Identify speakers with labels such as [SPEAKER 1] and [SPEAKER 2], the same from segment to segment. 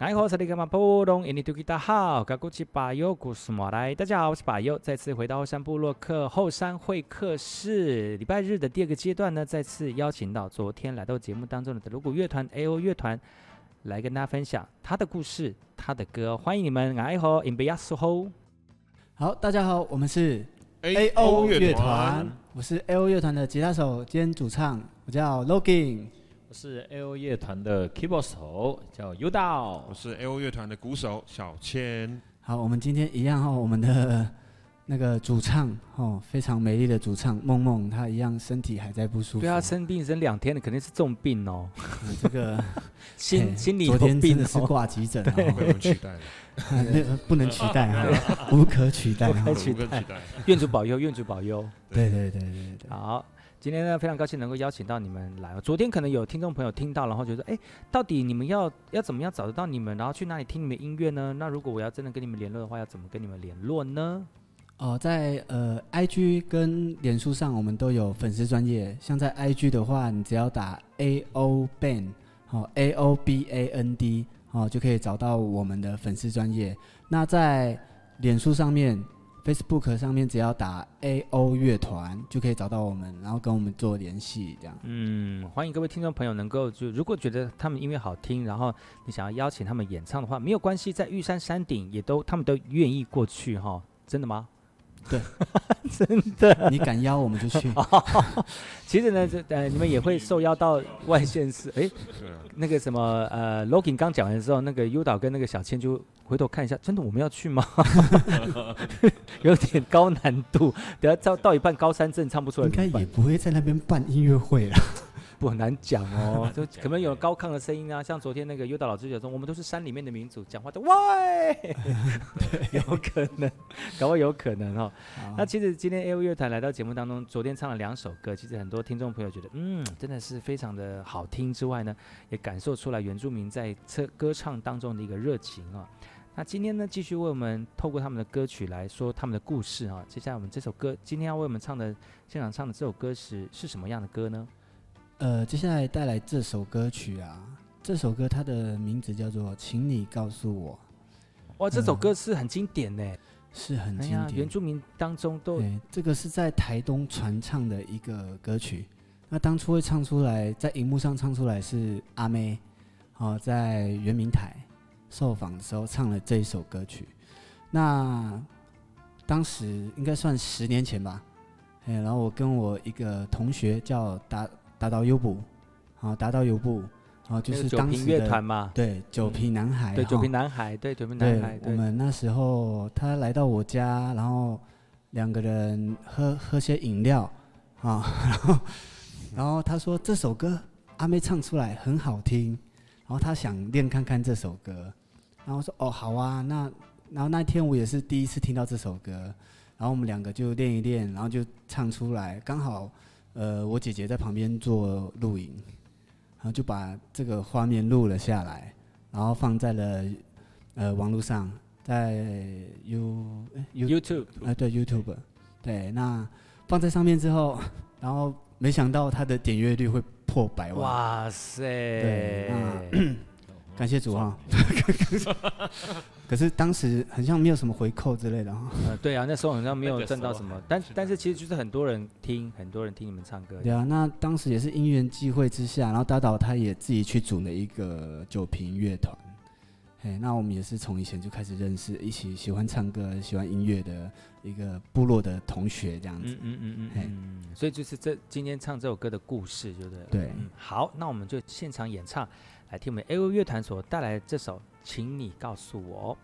[SPEAKER 1] 来，我是那个马布隆，印尼土吉大号，嘎古吉巴尤古斯莫来。大家好，我是巴尤，再次回到后山部落客后山会客室。礼拜日的第二个阶段呢，再次邀请到昨天来到节目当中的鲁古乐团 A O 乐团，来跟大家分享他的故事，他的歌。欢迎你们，爱吼 i n b i a s o
[SPEAKER 2] 好，大家好，我们是 A O 乐团，我是 A O 乐团的吉他手兼主唱，我叫 Logan。
[SPEAKER 3] 我是 A.O 乐团的 keyboard 手，叫 U 道
[SPEAKER 4] 我。是 A O 乐团的鼓手小千。
[SPEAKER 2] 好，我们今天一样哈、哦，我们的那个主唱哦，非常美丽的主唱梦梦，她一样身体还在不舒服。
[SPEAKER 1] 对啊，生病生两天了，肯定是重病哦，
[SPEAKER 2] 嗯这个
[SPEAKER 1] 心
[SPEAKER 2] 嘿
[SPEAKER 1] 心里有
[SPEAKER 2] 昨天真
[SPEAKER 1] 病
[SPEAKER 2] 的是
[SPEAKER 1] 哦。
[SPEAKER 2] 挂急诊啊、
[SPEAKER 4] 被我们取 代了，
[SPEAKER 2] 哦，没有不能取代啊，无可取代啊。
[SPEAKER 1] 取
[SPEAKER 4] 无可
[SPEAKER 1] 代
[SPEAKER 4] 取代。
[SPEAKER 1] 愿主保佑，愿主保佑。
[SPEAKER 2] 对对对对对，
[SPEAKER 1] 好，今天呢非常高兴能够邀请到你们来哦。昨天可能有听众朋友听到，然后觉得，哎，到底你们要要怎么样找得到你们，然后去哪里听你们音乐呢？那如果我要真的跟你们联络的话，要怎么跟你们联络呢？
[SPEAKER 2] 哦，在呃 IG 跟脸书上，我们都有粉丝专业。像在 IG 的话，你只要打 A O Band，好、A O B A N D，好、就可以找到我们的粉丝专业。那在脸书上面、Facebook 上面，只要打 A O 乐团就可以找到我们，然后跟我们做联系，这样。
[SPEAKER 1] 嗯，欢迎各位听众朋友能够就如果觉得他们音乐好听，然后你想要邀请他们演唱的话，没有关系，在玉山山顶也都他们都愿意过去哈、真的吗？
[SPEAKER 2] 你敢邀我们就去，
[SPEAKER 1] 其实呢，这呃，你们也会受邀到外县市。哎，
[SPEAKER 4] 对啊，
[SPEAKER 1] 那个什么呃，Logan 刚讲完之后，那个 U 导跟那个小千就回头看一下，真的我们要去吗？ 有点高难度，等下到到一半高山症唱不出来
[SPEAKER 2] 应
[SPEAKER 1] 怎
[SPEAKER 2] 该
[SPEAKER 1] 么办，
[SPEAKER 2] 也不会在那边办音乐会啊啦。
[SPEAKER 1] 不很难讲哦，就可能有高亢的声音啊，像昨天那个 U 导老师讲说，我们都是山里面的民族，讲话的喂，有可能，搞不好有可能哦。
[SPEAKER 2] 好
[SPEAKER 1] 那其实今天 A O 乐团来到节目当中，昨天唱了两首歌，其实很多听众朋友觉得，嗯，真的是非常的好听之外呢，也感受出来原住民在歌歌唱当中的一个热情啊。那今天呢，继续为我们透过他们的歌曲来说他们的故事啊。接下来我们这首歌，今天要为我们唱的现场唱的这首歌是是什么样的歌呢？
[SPEAKER 2] 呃，接下来带来这首歌曲啊，这首歌它的名字叫做《请你告诉我
[SPEAKER 1] 哇，这首歌是很经典呢，》，
[SPEAKER 2] 是嗯很
[SPEAKER 1] 哎
[SPEAKER 2] 经
[SPEAKER 1] 呀，原
[SPEAKER 2] 典。
[SPEAKER 1] 住民当中都
[SPEAKER 2] 对，这个是在台东传唱的一个歌曲。那当初会唱出来，在荧幕上唱出来是阿妹，哦，在圆明台受访的时候唱了这一首歌曲。那当时应该算十年前吧，哎，然后我跟我一个同学叫达达到优步，好，达到优步，好，就
[SPEAKER 1] 那个
[SPEAKER 2] 是
[SPEAKER 1] 九
[SPEAKER 2] 当
[SPEAKER 1] 平
[SPEAKER 2] 时
[SPEAKER 1] 乐
[SPEAKER 2] 的
[SPEAKER 1] 团嘛，
[SPEAKER 2] 对，九皮男孩。哦
[SPEAKER 1] 对，九
[SPEAKER 2] 哈
[SPEAKER 1] 平男孩，对，九平男孩，
[SPEAKER 2] 对，
[SPEAKER 1] 对，
[SPEAKER 2] 我们那时候他来到我家，然后两个人喝喝些饮料啊，然后然后他说这首歌阿妹唱出来很好听，然后他想练看看这首歌，然后我说哦好啊，那然后那天我也是第一次听到这首歌，然后我们两个就练一练，然后就唱出来，刚好呃我姐姐在旁边做录影，然后就把这个画面录了下来，然后放在了呃网络上，在 You 哎 You
[SPEAKER 1] YouTube
[SPEAKER 2] 啊、对 YouTube，对，那放在上面之后，然后没想到它的点阅率会破百万，
[SPEAKER 1] 哇塞！
[SPEAKER 2] 对那感谢主哈。 可是当时很像没有什么回扣之类的哈，
[SPEAKER 1] 呃，对啊，那时候好像没
[SPEAKER 3] 那
[SPEAKER 1] 有
[SPEAKER 3] 个
[SPEAKER 1] 赚
[SPEAKER 3] 时
[SPEAKER 1] 到
[SPEAKER 3] 候
[SPEAKER 1] 什么，但但是其实就是很多人听，很多人听你们唱歌。
[SPEAKER 2] 对啊，那当时也是因缘际会之下，然后大岛他也自己去组了一个酒瓶乐团，嘿，那我们也是从以前就开始认识，一起喜欢唱歌、喜欢音乐的一个部落的同学这样子
[SPEAKER 1] 嗯，嗯嗯
[SPEAKER 2] 嘿
[SPEAKER 1] 嗯嗯，所以就是这今天唱这首歌的故事，对不对？
[SPEAKER 2] 对
[SPEAKER 1] 嗯，好，那我们就现场演唱，来听我们 A O 乐团所带来的这首《请你告诉我》。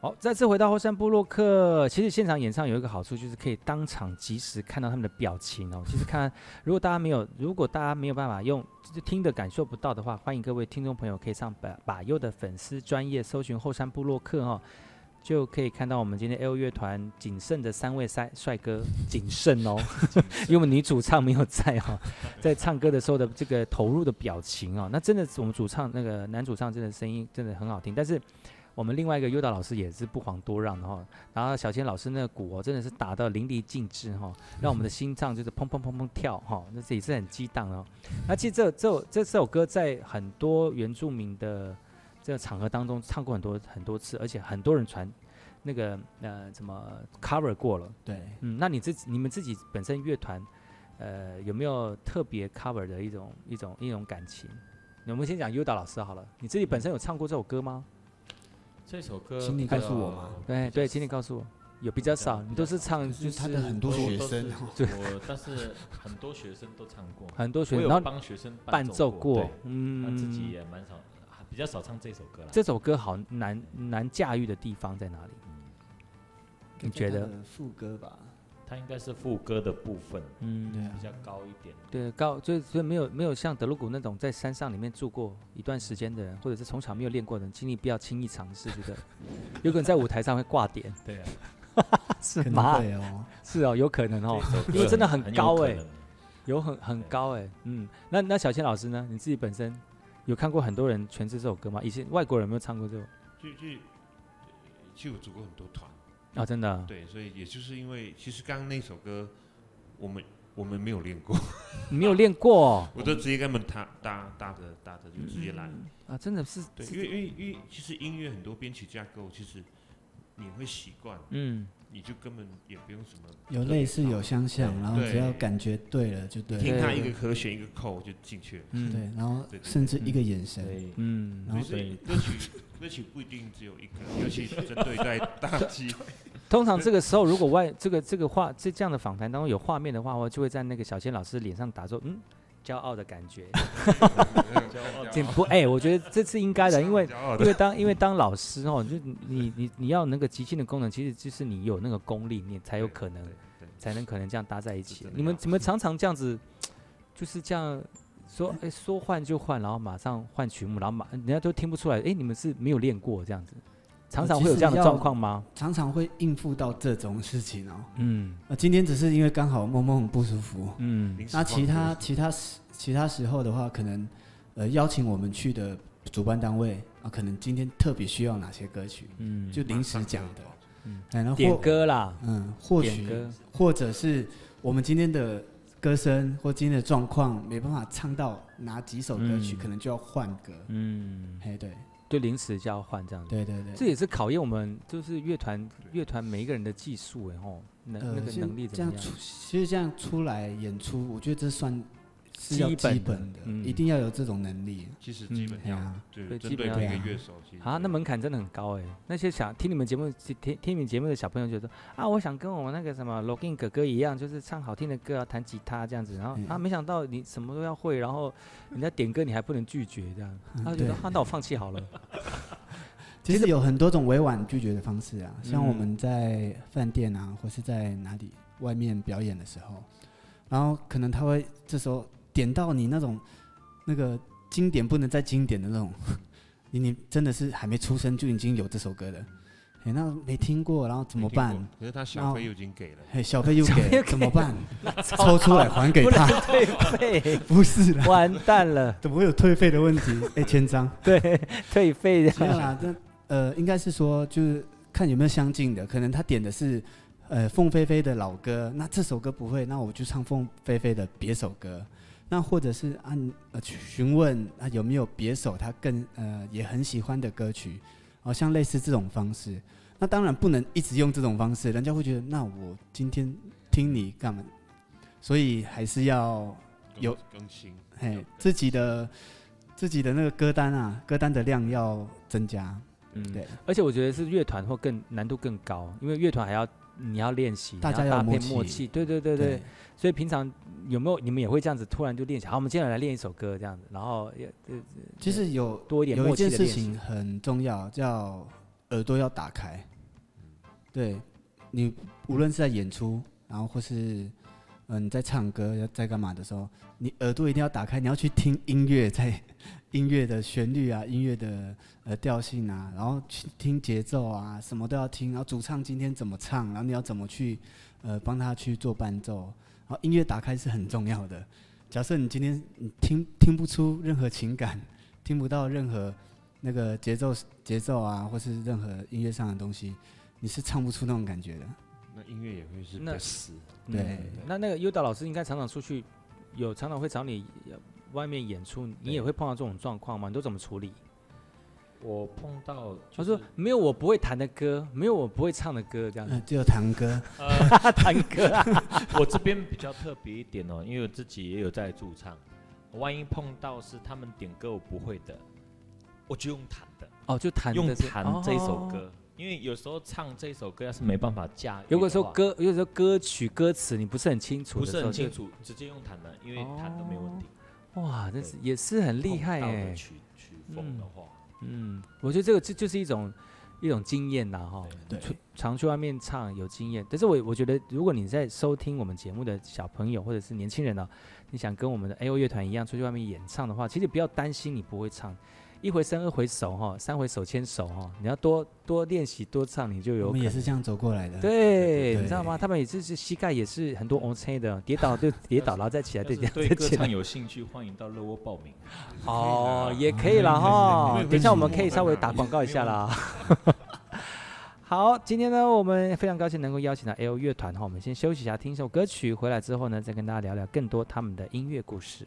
[SPEAKER 1] 好，再次回到后山部落客。其实现场演唱有一个好处，就是可以当场及时看到他们的表情哦。其实看，如果大家没有，如果大家没有办法用就听的感受不到的话，欢迎各位听众朋友可以上把把优的粉丝专业搜寻后山部落客哦，就可以看到我们今天 L 乐团仅剩的三位帅帅 哥，仅剩哦， 因为我们女主唱没有在哈、哦，在唱歌的时候的这个投入的表情哦，那真的是我们主唱那个男主唱真的声音真的很好听，但是我们另外一个优导老师也是不遑多让的哈、然后小千老师那个鼓哦真的是打到淋漓尽致哈、让我们的心脏就是砰砰砰砰跳哈、那这也是很激荡哦。那其实这这这首歌在很多原住民的这个场合当中唱过很多很多次，而且很多人传那个呃怎么 cover 过了。
[SPEAKER 2] 对，
[SPEAKER 1] 嗯，那你自己你们自己本身乐团，呃，有没有特别 cover 的一种一种一种感情？我们先讲优达老师好了，你自己本身有唱过这首歌吗？
[SPEAKER 3] 这首歌
[SPEAKER 2] 请你
[SPEAKER 3] 比较
[SPEAKER 2] 告诉我嘛
[SPEAKER 1] 对对，请你告诉我，有比较少，你都是唱
[SPEAKER 2] 嗯就是
[SPEAKER 1] 就是
[SPEAKER 2] 他的很多
[SPEAKER 3] 我
[SPEAKER 2] 学
[SPEAKER 3] 都是
[SPEAKER 2] 生哦，
[SPEAKER 1] 对
[SPEAKER 3] 我但是很多学生都唱过，
[SPEAKER 1] 很多
[SPEAKER 3] 我
[SPEAKER 1] 学生，
[SPEAKER 3] 有
[SPEAKER 1] 然后
[SPEAKER 3] 帮学生
[SPEAKER 1] 伴奏过
[SPEAKER 3] 对，那
[SPEAKER 1] 嗯，
[SPEAKER 3] 自己也蛮少，啊比较少唱这首歌了。
[SPEAKER 1] 这首歌好难难驾驭的地方在哪里？你觉得
[SPEAKER 2] 他的副歌吧？
[SPEAKER 3] 它应该是副歌的部分
[SPEAKER 1] 嗯，
[SPEAKER 2] 对啊
[SPEAKER 3] 比，较高一点。
[SPEAKER 1] 对，高就所以没有没有像德鲁古那种在山上里面住过一段时间的人，或者是从小没有练过的人，请你不要轻易尝试，觉得有可能在舞台上会挂点，
[SPEAKER 3] 对啊，
[SPEAKER 1] 是
[SPEAKER 2] 可能
[SPEAKER 1] 吗？
[SPEAKER 2] 会哦。
[SPEAKER 1] 是哦，有可能哦，
[SPEAKER 3] 这首歌
[SPEAKER 1] 因为真的很
[SPEAKER 3] 很
[SPEAKER 1] 高
[SPEAKER 3] 哎
[SPEAKER 1] 哎。有很很
[SPEAKER 3] 对
[SPEAKER 1] 高哎、嗯，那那小倩老师呢？你自己本身有看过很多人诠释这首歌吗？以前外国人有没有唱过这首？
[SPEAKER 4] 就就其实我组过很多团，
[SPEAKER 1] 啊，真的啊，
[SPEAKER 4] 对，所以也就是因为其实刚刚那首歌，我们我们没有练 过，
[SPEAKER 1] 你没有练过哦、
[SPEAKER 4] 我都直接跟他们搭搭搭着搭着就直接来。
[SPEAKER 2] 嗯
[SPEAKER 1] 啊，真的是
[SPEAKER 4] 对，
[SPEAKER 1] 是
[SPEAKER 4] 因为因为因为其实音乐很多编曲架构，其实你会习惯，
[SPEAKER 1] 嗯，
[SPEAKER 4] 你就根本也不用什么
[SPEAKER 2] 有类似有相像，然后
[SPEAKER 4] 对
[SPEAKER 2] 只要感觉对了就对
[SPEAKER 4] 听
[SPEAKER 2] 了，
[SPEAKER 4] 它一个和弦一个扣就进去了。
[SPEAKER 1] 嗯
[SPEAKER 2] 对，然后
[SPEAKER 4] 对对对
[SPEAKER 2] 甚至一个眼
[SPEAKER 3] 所
[SPEAKER 2] 神，
[SPEAKER 3] 以
[SPEAKER 1] 嗯，
[SPEAKER 2] 然后
[SPEAKER 4] 所以歌曲 歌曲不一定只有一个，尤其是针对 在大机。
[SPEAKER 1] 通常这个时候如果外这个这个画这这样的访谈当中有画面的话，我就会在那个小倩老师脸上打说嗯。骄傲的感 觉，这不哎、我觉得这是应该的，因为
[SPEAKER 4] 嗯骄傲
[SPEAKER 1] 因
[SPEAKER 4] 的
[SPEAKER 1] 为当因为当老师哦，就你你你要那个即兴的功能，其实就是你有那个功力，你才有可能
[SPEAKER 4] 对对
[SPEAKER 1] 才能可能这样搭在一
[SPEAKER 4] 是
[SPEAKER 1] 起
[SPEAKER 4] 真。的
[SPEAKER 1] 你们
[SPEAKER 4] 要
[SPEAKER 1] 你们常常这样子，就是这样说，哎、说换就换，然后马上换曲目，然后马人家都听不出来，哎、你们是没有练过这样子，常
[SPEAKER 2] 我
[SPEAKER 1] 常
[SPEAKER 2] 其
[SPEAKER 1] 会有
[SPEAKER 2] 实
[SPEAKER 1] 这样的
[SPEAKER 2] 要
[SPEAKER 1] 状况吗？
[SPEAKER 2] 常常会应付到这种事情哦。
[SPEAKER 1] 嗯
[SPEAKER 2] 呃，今天只是因为刚好梦梦很不舒服，
[SPEAKER 1] 嗯
[SPEAKER 4] 临时
[SPEAKER 2] 那其
[SPEAKER 4] 抱
[SPEAKER 2] 他
[SPEAKER 4] 佛脚
[SPEAKER 2] 其他时其他时候的话，可能呃邀请我们去的主办单位啊，可能今天特别需要哪些歌曲，
[SPEAKER 1] 嗯，
[SPEAKER 2] 就临时讲的，哎然后
[SPEAKER 1] 点
[SPEAKER 2] 或
[SPEAKER 1] 歌啦，
[SPEAKER 2] 嗯，或
[SPEAKER 1] 点
[SPEAKER 2] 许
[SPEAKER 1] 歌，
[SPEAKER 2] 或者是我们今天的歌声或今天的状况没办法唱到哪几首歌曲，
[SPEAKER 1] 嗯
[SPEAKER 2] 可能就要换歌。
[SPEAKER 1] 嗯，
[SPEAKER 2] 哎，对
[SPEAKER 1] 就临时交换这样子。
[SPEAKER 2] 对对对，
[SPEAKER 1] 这也是考验我们，就是乐团乐团每一个人的技术哎吼，能那个
[SPEAKER 2] 现
[SPEAKER 1] 能力
[SPEAKER 2] 呃这
[SPEAKER 1] 怎么样？
[SPEAKER 2] 样出，其实这样出来演出，我觉得这算是要
[SPEAKER 1] 基
[SPEAKER 2] 基
[SPEAKER 1] 本的
[SPEAKER 2] 本
[SPEAKER 1] 嗯
[SPEAKER 2] 一定要有这种能力。
[SPEAKER 4] 其实基本
[SPEAKER 2] 哎
[SPEAKER 4] 要
[SPEAKER 2] 呀，
[SPEAKER 4] 对
[SPEAKER 1] 对
[SPEAKER 4] 针
[SPEAKER 1] 基
[SPEAKER 4] 对
[SPEAKER 1] 本
[SPEAKER 4] 每
[SPEAKER 2] 要
[SPEAKER 4] 个
[SPEAKER 2] 有
[SPEAKER 4] 乐手，其实
[SPEAKER 1] 啊，那
[SPEAKER 4] 对
[SPEAKER 1] 门槛真的很高哎、那些想听你们节目、听听你们节目的小朋友就说啊，我想跟我那个什么 Login 哥哥一样，就是唱好听的歌啊，弹吉他这样子。然后、啊，
[SPEAKER 2] 嗯
[SPEAKER 1] 没想到你什么都要会，然后人家点歌你还不能拒绝这样。
[SPEAKER 2] 嗯
[SPEAKER 1] 他就觉得
[SPEAKER 2] 对
[SPEAKER 1] 啊，那我放弃好了。
[SPEAKER 2] 其实有很多种委婉拒绝的方式啊，像我
[SPEAKER 1] 嗯
[SPEAKER 2] 们在饭店啊，或是在哪里外面表演的时候，然后可能他会这时候点到你那种那个经典不能再经典的那种， 你你真的是还没出生就已经有这首歌了，哎，那没听过，然后怎么
[SPEAKER 4] 没听过
[SPEAKER 2] 办？
[SPEAKER 4] 可是他
[SPEAKER 2] 然
[SPEAKER 4] 小
[SPEAKER 2] 后
[SPEAKER 4] 费又已经给了，
[SPEAKER 2] 嘿，小费又
[SPEAKER 1] 小费
[SPEAKER 2] 给
[SPEAKER 1] 又
[SPEAKER 2] 了
[SPEAKER 1] 给
[SPEAKER 2] 怎么办？
[SPEAKER 1] 超
[SPEAKER 2] 抽出来还给
[SPEAKER 1] 不能
[SPEAKER 2] 他？
[SPEAKER 1] 退费，
[SPEAKER 2] 不是啦，
[SPEAKER 1] 完蛋了，
[SPEAKER 2] 怎么会有退费的问题？哎，千张。
[SPEAKER 1] 对，退费
[SPEAKER 2] 没
[SPEAKER 1] 这
[SPEAKER 2] 有
[SPEAKER 1] 样。
[SPEAKER 2] 啦，这呃，应该是说就是看有没有相近的，可能他点的是呃凤飞飞的老歌，那这首歌不会，那我就唱凤飞飞的别首歌。那或者是按呃询问啊有没有别首他更呃也很喜欢的歌曲，好、像类似这种方式。那当然不能一直用这种方式，人家会觉得那我今天听你干嘛？所以还是要
[SPEAKER 4] 更
[SPEAKER 2] 有
[SPEAKER 4] 更新，有
[SPEAKER 2] 嘿自己的自己的那个歌单啊，歌单的量要增加。
[SPEAKER 1] 嗯，
[SPEAKER 2] 对，
[SPEAKER 1] 而且我觉得是乐团会更难度更高，因为乐团还要你要练习，
[SPEAKER 2] 大
[SPEAKER 1] 你
[SPEAKER 2] 家
[SPEAKER 1] 要
[SPEAKER 2] 要
[SPEAKER 1] 搭
[SPEAKER 2] 有
[SPEAKER 1] 配
[SPEAKER 2] 默
[SPEAKER 1] 默
[SPEAKER 2] 契
[SPEAKER 1] 契。对对对对。，所以平常有没有你们也会这样子突然就练起来？好，我们今天来练一首歌这样子，然后也呃
[SPEAKER 2] 其实有
[SPEAKER 1] 多一点
[SPEAKER 2] 有
[SPEAKER 1] 默契
[SPEAKER 2] 一件
[SPEAKER 1] 的
[SPEAKER 2] 事
[SPEAKER 1] 练
[SPEAKER 2] 情
[SPEAKER 1] 习。
[SPEAKER 2] 很重要，叫耳朵要打开。对你，无论是在演出，然后或是嗯你在唱歌要在干嘛的时候，你耳朵一定要打开，你要去听音乐，在 音乐的旋律啊，音乐的呃调性啊，然后去听节奏啊，什么都要听。然后主唱今天怎么唱，然后你要怎么去呃帮他去做伴奏，然后音乐打开是很重要的。假设你今天你听听不出任何情感，听不到任何那个节奏节奏啊，或是任何音乐上的东西，你是唱不出那种感觉的。
[SPEAKER 4] 那音乐也会是比
[SPEAKER 1] 那
[SPEAKER 4] 较死。
[SPEAKER 1] 嗯
[SPEAKER 2] 对
[SPEAKER 1] 那那个优导老师应该常常出去，有常常会找你呃外面演出，你也会碰到这种状况吗？你都怎么处理？
[SPEAKER 3] 我碰到
[SPEAKER 1] 他
[SPEAKER 3] 就是
[SPEAKER 1] 说没有我不会弹的歌，没有我不会唱的歌，这样子
[SPEAKER 2] 嗯， 只有堂哥，
[SPEAKER 3] 呃，
[SPEAKER 1] 弹歌啊。
[SPEAKER 3] 我这边比较特别一点哦，因为我自己也有在驻唱，万一碰到是他们点歌我不会的，我就用弹的，
[SPEAKER 1] 哦，就弹
[SPEAKER 3] 用
[SPEAKER 1] 的是
[SPEAKER 3] 弹这首。
[SPEAKER 1] 哦
[SPEAKER 3] 歌，因为有时候唱这首歌要是没办法驾驭，
[SPEAKER 1] 有的时候。歌，有的时候歌曲歌词你不是很清楚
[SPEAKER 3] 不
[SPEAKER 1] 的时
[SPEAKER 3] 是
[SPEAKER 1] 候就，
[SPEAKER 3] 很清楚，直接用弹的，因为弹都没问题。
[SPEAKER 1] 哇，那是也是很厉害
[SPEAKER 3] 碰到
[SPEAKER 1] 哎
[SPEAKER 3] 的。曲曲风的话，
[SPEAKER 1] 嗯，我觉得这个就就是一种一种经验呐哈。
[SPEAKER 2] 对，
[SPEAKER 1] 常去外面唱有经验，但是我我觉得，如果你在收听我们节目的小朋友或者是年轻人呢、啊你想跟我们的 A O 乐团一样出去外面演唱的话，其实不要担心你不会唱，一回生二回熟哈，三回手牵手哈，你要多多练习多唱，你就有可
[SPEAKER 2] 我们
[SPEAKER 1] 能
[SPEAKER 2] 也是这样走过来的。
[SPEAKER 1] 对，
[SPEAKER 2] 对
[SPEAKER 1] 你知道吗？他们也是是膝盖也是很多 O K 的，跌倒 就跌倒，然后再起来，
[SPEAKER 3] 要
[SPEAKER 1] 对，
[SPEAKER 3] 是
[SPEAKER 1] 这样
[SPEAKER 3] 对
[SPEAKER 1] 再
[SPEAKER 3] 歌
[SPEAKER 1] 起
[SPEAKER 3] 唱
[SPEAKER 1] 来。
[SPEAKER 3] 有兴趣，欢迎到乐窝报名。
[SPEAKER 1] 哦，也
[SPEAKER 2] 啦
[SPEAKER 1] 可以了哈
[SPEAKER 4] 可以可以可以。
[SPEAKER 1] 等一下我们可以稍微
[SPEAKER 4] 可以
[SPEAKER 1] 打广告一下啦。好，今天呢，我们非常高兴能够邀请到 L 乐团哈，我们先休息一下，听一首歌曲，回来之后呢，再跟大家聊聊更多他们的音乐故事。